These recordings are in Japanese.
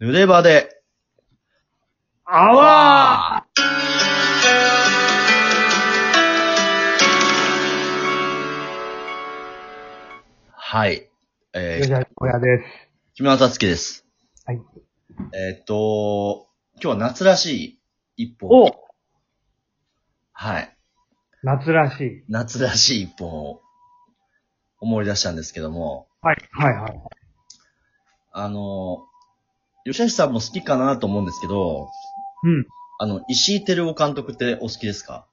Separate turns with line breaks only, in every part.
濡れ場で、
あわ
はい。え
吉
ー、
田小屋です。
木村達樹です。
はい。
えーっと、今日は夏らしい一本。
お
はい。
夏らしい。
夏らしい一本を思い出したんですけども、
はい。はいはい。
あの、吉橋さんも好きかなと思うんですけど、
うん。
あの、石井照夫監督ってお好きですか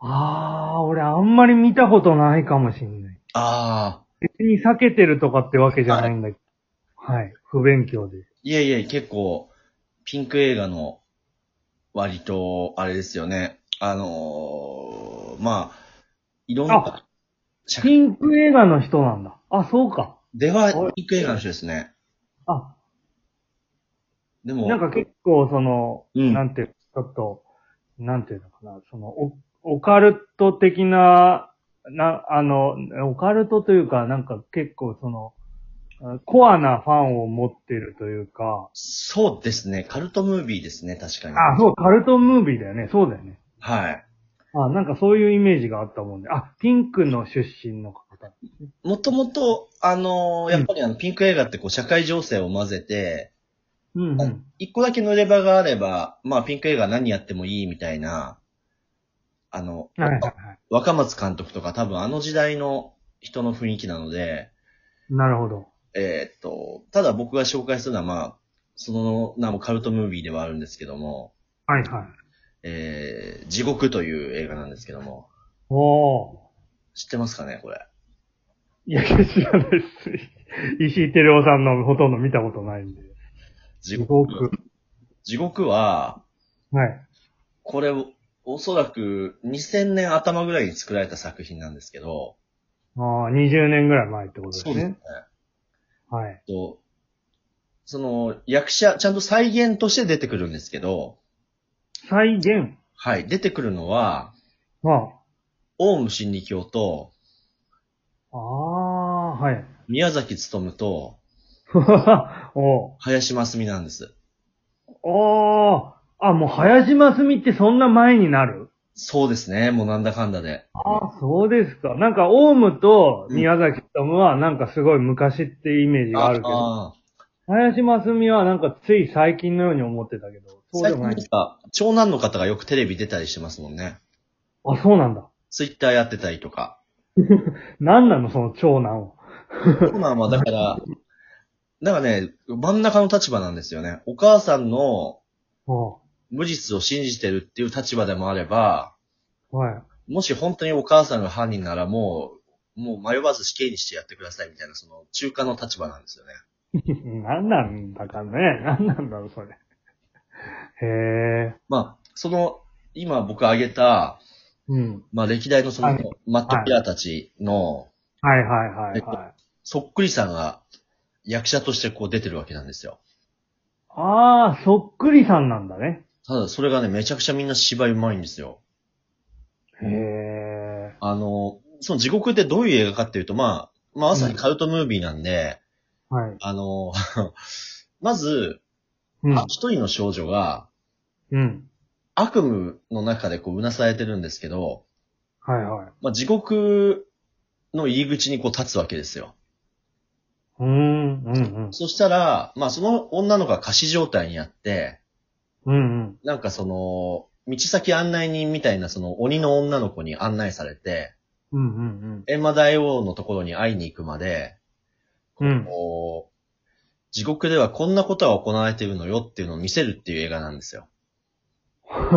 あー、俺あんまり見たことないかもしんない。
ああ、
別に避けてるとかってわけじゃないんだけど。はい。不勉強で。
いえいえ、結構、ピンク映画の、割と、あれですよね。あのーまあ、いろんな
あ、ピンク映画の人なんだ。あ、そうか。
では、ピンク映画の人ですね。
あ、
でも、
なんか結構その、
うん
なんていう、ちょっと、なんていうのかな、その、オオカルト的な、な、あの、オカルトというか、なんか結構その、あコアなファンを持ってるというか、
そうですね。カルトムービーですね、確かに。
あ、そう、カルトムービーだよね。そうだよね。
はい。
あ、なんかそういうイメージがあったもんで。あ、ピンクの出身の方。
もともと、あのー
うん
やっぱりあの、ピンク映画ってこう、社会情勢を混ぜて、
うん、うん。
一個だけ濡れ場があれば、まあ、ピンク映画何やってもいいみたいな、あの、
はいはいはい。
若松監督とか多分あの時代の人の雰囲気なので、
なるほど。
えーっと、ただ僕が紹介するのはまあ、その名もカルトムービーではあるんですけども、
はいはい。
えー、地獄という映画なんですけども、
おー。
知ってますかね、これ。
いや、知らないです。 石井照夫さんのほとんど見たことないんで。
地
す
獄。
ごく。
地獄は、
はい。
これ、おそらく2000年頭ぐらいに作られた作品なんですけど、
ああ、20年ぐらい前ってことです
そうですね
ね。。はい。
とその、役者、ちゃんと再現として出てくるんですけど、
再現。
はい、出てくるのは、
あ
オウム真理教と、
あ、はい。
宮崎努と、
お
林真澄なんです。
おーあ、もう、早島澄ってそんな前になる
そうですね、もうなんだかんだで。
ああ、そうですか。なんか、オウムと宮崎トムは、なんかすごい昔ってイメージがあるけど、
ああ
早島澄はなんかつい最近のように思ってたけど、そう
最
で
近
もな
なん
い。
か、長男の方がよくテレビ出たりしてますもんね。
あ、そうなんだ。
ツイッターやってたりとか。
なんなの、その長男を。
長男はだから、なんかね、真ん中の立場なんですよね。お母さんの
お
無実を信じてるっていう立場でもあれば、
うはい。
もし本当にお母さんが犯人ならもう、もう迷わず死刑にしてやってくださいみたいな、その中間の立場なんですよね。
何なんだかね。何なんだろう、それ。へえ。
まあ、その、今僕挙げた、
うん。
まあ歴代のそ
は
の
い、
マットピラーたちの、
はいはいはいはい。
そっくりさんが役者としてこう出てるわけなんですよ。
ああ、そっくりさんなんだね。
ただそれがね、めちゃくちゃみんな芝居うまいんですよ。
へえ。
あの、その地獄ってどういう映画かっていうと、まあ、まあまさにカルトムービーなんで、
はい。
あの、 まず、
うん。
一人の少女が
うん。
悪夢の中でこううなされてるんですけど、
はいはい。
まあ、地獄の入り口にこう立つわけですよ。
うーん、うん、うん。
そしたら、まあその女の子が仮死状態にあって、
うん、うん。
なんかその、道先案内人みたいなその鬼の女の子に案内されて、
うん、うん、
閻魔大王のところに会いに行くまで、
うん。
こう、地獄ではこんなことが行われているのよっていうのを見せるっていう映画なんですよ。
あ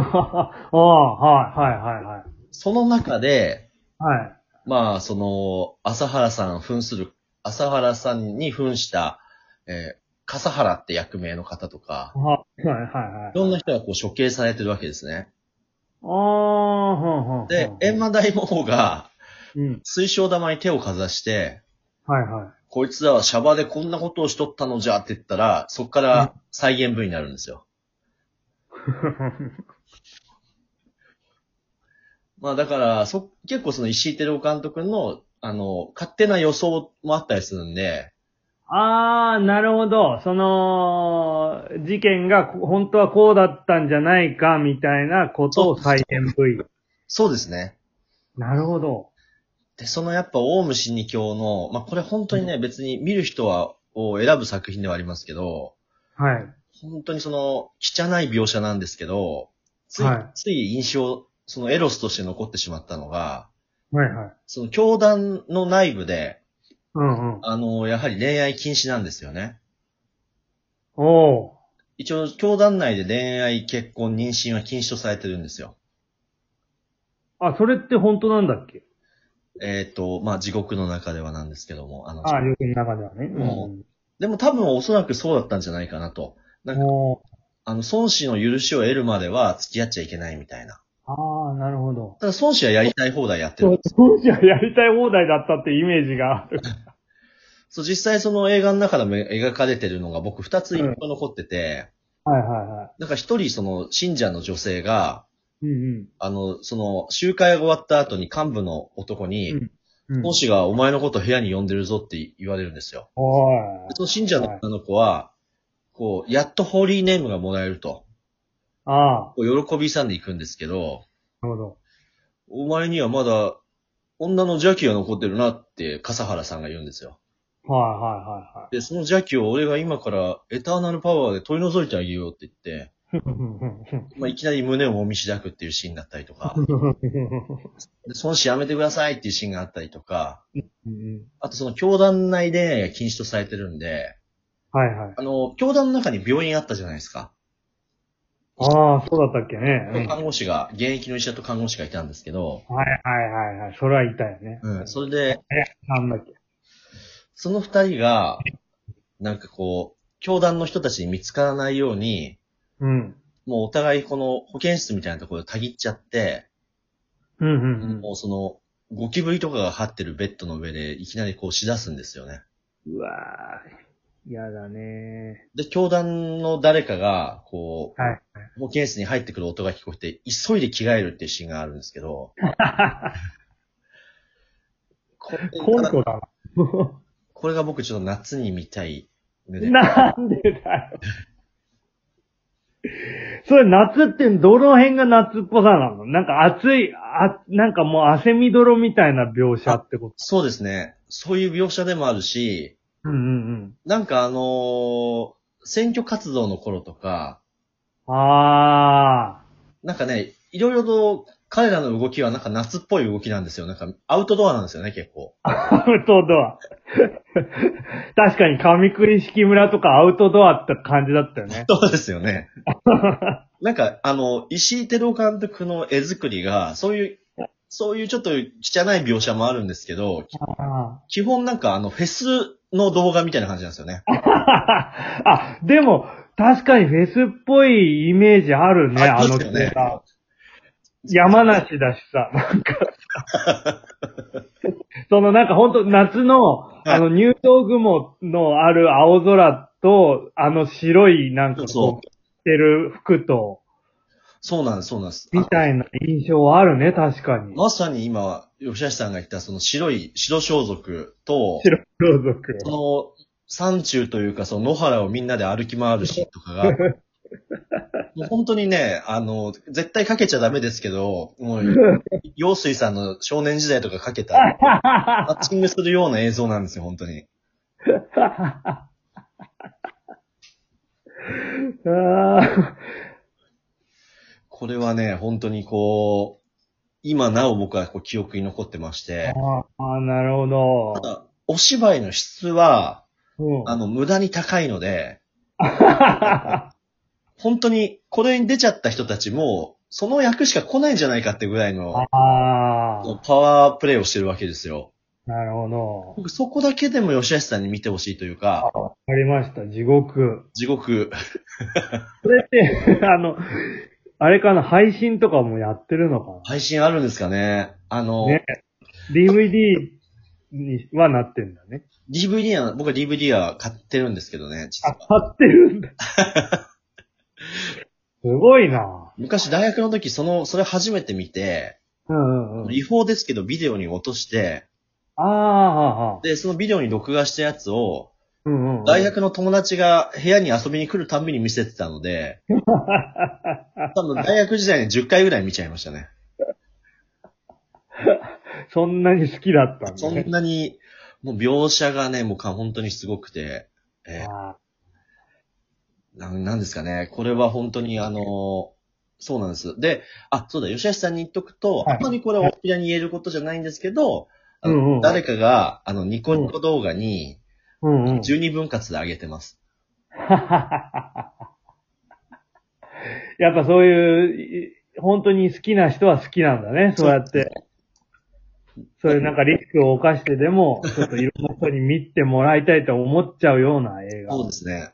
あ、はい、はい、はい、はい。
その中で、
はい。
まあ、その、朝原さん扮する、朝原さんに扮した、えー笠原って役名の方とか、
あはい、はい、はい
い。ろんな人がこう処刑されてるわけですね。
ああ、ほんほんほん。
で、閻魔大王が
うん。
水晶玉に手をかざして、
はい、はい。
こいつらはシャバでこんなことをしとったのじゃって言ったら、そっから再現部になるんですよ。まあだから、そ、結構その石井照夫監督の、あの、勝手な予想もあったりするんで、
あー、なるほど。その、事件がこ本当はこうだったんじゃないか、みたいなことを再現 V。
そうですね。
なるほど。
で、そのやっぱオウム真理教の、まあ、これ本当にね、別に見る人は、を選ぶ作品ではありますけど、
はい。
本当にその、汚い描写なんですけど、つい、
はい
つい印象、そのエロスとして残ってしまったのが、
はいはい。
その教団の内部で、
うんうん。
あの、やはり恋愛禁止なんですよね。
おー。
一応、教団内で恋愛、結婚、妊娠は禁止とされてるんですよ。
あ、それって本当なんだっけ
えっ、と、まあ、地獄の中ではなんですけども、あの、
あ、旅行の中ではね。うん
でも多分おそらくそうだったんじゃないかなと。なんか、
おー。
あの、孫子の許しを得るまでは付き合っちゃいけないみたいな。
あー、なるほど。
ただ孫子はやりたい放題やって
そ
る
う、。当時はやりたい放題だったってイメージが。
そう、実際その映画の中でも描かれてるのが僕二つ一個残ってて、
はいはいは
なんか一人その信者の女性が、
い。うん
あの、その集会が終わった後に幹部の男に、
うんうん。
孫子がお前のこと部屋に呼んでるぞって言われるんですよ。
おい。
その信者の女の子は、こう、やっとホーリーネームがもらえると、
あ
こう喜びさんで行くんですけど、
あ、なるほど。
お前にはまだ女の邪気が残ってるなって笠原さんが言うんですよ。
はいはいはいはい。
で、その邪気を俺が今からエターナルパワーで取り除いてあげようって言って、まあ、いきなり胸を揉みしだくっていうシーンだったりとか、で、孫子やめてくださいっていうシーンがあったりとか、あとその教団内恋愛が禁止とされてるんで、
はいはい。
あの、教団の中に病院あったじゃないですか。
ああ、そうだったっけね。うん
看護師が、現役の医者と看護師がいたんですけど、
はいはいはいはい。それは痛いね。
うん、それで、
なんだっけ。
その二人が、なんかこう、教団の人たちに見つからないように、
うん。
もうお互いこの保健室みたいなところでたぎっちゃって、
うんうん
もうその、ゴキブリとかが張ってるベッドの上でいきなりこうしだすんですよね。
うん。うわぁ、嫌だね
で、教団の誰かが、こう、
はい。
保健室に入ってくる音が聞こえて、急いで着替えるっていうシーンがあるんですけ ど、これ
コントだ
これが僕ちょっと夏に見たいので、
な。なんでだよ。それ夏ってどの辺が夏っぽさなのなんか暑い、あ、なんかもう汗みどろみたいな描写ってこと。
そうですね。そういう描写でもあるし、
うんうん
なんかあのー選挙活動の頃とか、
うん。あ
なんかね、いろいろと彼らの動きはなんか夏っぽい動きなんですよ。なんかアウトドアなんですよね、結構。
あ、アウトドア。確かに上栗式村とかアウトドアって感じだったよね。
そうですよ ね。なんか、あの、石井照夫監督の絵作りが、そういう、そういうちょっと汚い描写もあるんですけど、
あ
基本なんかあの、フェスの動画みたいな感じなんですよね。
ーあ、でも、確かにフェスっぽいイメージあるね、
あ
あ
りま
の
すよね
さ山梨だしさ、な んか、そのなんかほんと夏の、
い
あの入道雲のある青空と、あの白いなんか
そ
こう、着てる服と、
そうなんです、そうなんです。
みたいな印象はあるね、確かに。
まさに今、吉橋さんが言ったその白い、白装束と、
白装束。
その、山中というか、その野原をみんなで歩き回るシーンとかが、もう本当にね、あの、絶対かけちゃダメですけど、もう、陽水さんの少年時代とかかけた、マッチングするような映像なんですよ、本当に。
あー
これはね、本当にこう、今なお僕はこう記憶に残ってまして、
あー、なるほど。
ただ、お芝居の質は、
うん
あの、無駄に高いので、本当にこれに出ちゃった人たちも、その役しか来ないんじゃないかってぐらいの、
ああ、
パワープレイをしてるわけですよ。
なるほど。
僕そこだけでも吉橋さんに見てほしいというか、
わかりました、地獄。
地獄、
それって、 あの、あれかな、配信とかもやってるのか
配信あるんですかねあ
な
の、
ね。DVD にはなってんだね。
DVD は、僕は DVD は買ってるんですけどね、実
あ、
は。
買ってるんだ。すごいな
昔大学の時、その、それ初めて見て、
うんうんうん。
違法ですけどビデオに落として、
ああ、はあはあ。
で、そのビデオに録画したやつを、
うんうん。
大学の友達が部屋に遊びに来るたんびに見せてたの で、多分大学時代に10回ぐらい見ちゃいましたね。
そんなに好きだったん
そ
だ
ん
ね。
なに、もう描写がね、もうか本当にすごくて、え
あ
ーなんなんですかね、これは本当にあの、そうなんです。で、あ、そうだ、吉橋さんに言っとくと、
はい
あんまりこれは大っぴらに言えることじゃないんですけど、あの
うんうん
誰かが、あの、ニコニコ動画に、
ーうん うん。
12分割で上げてます。
やっぱそういう、い本当に好きな人は好きなんだね、そうやって。そういうなんかリスクを犯して でも、ちょっといろんな人に見てもらいたいと思っちゃうような映画。
そうですね。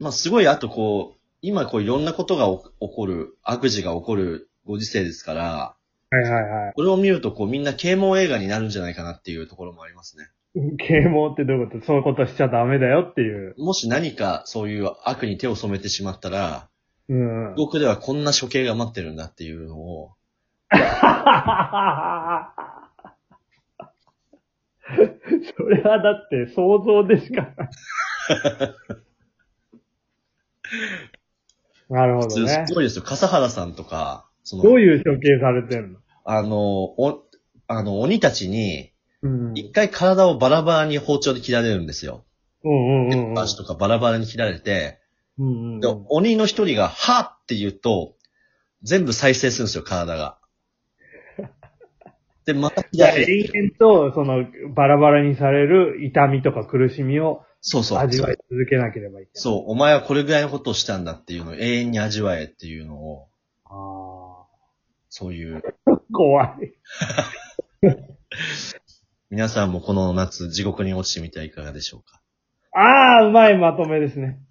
まあ、すごい、あとこう、今こういろんなことがお起こる、悪事が起こるご時世ですから、
はいはいはい。
これを見るとこうみんな啓蒙映画になるんじゃないかなっていうところもありますね。
啓蒙ってどういうことそういうことしちゃダメだよっていう。
もし何かそういう悪に手を染めてしまったら、
うん。
僕ではこんな処刑が待ってるんだっていうのを、
それはだって想像で しかない。なるほどね
す。ごいですよ。笠原さんとか、そ
ど
の
う、いう処刑されてんの
あの、お、あの、鬼たちに、
うん。うん
一回体をバラバラに包丁で切られるんですよ。
うんうんうん。
足とかバラバラに切られて、
うんうん
で、鬼の一人が、はっって言うと、全部再生するんですよ、体 が。で、また
いや、
左へ、
人間と、その、バラバラにされる痛みとか苦しみを
そうそう。
味わい続けなければいけない。
そう、お前はこれぐらいのことをしたんだっていうのを永遠に味わえっていうのを、
あ
そういう、
ー怖い。
皆さんもこの夏地獄に落ちてみてはいかがでしょうか。
ああ、うまいまとめですね。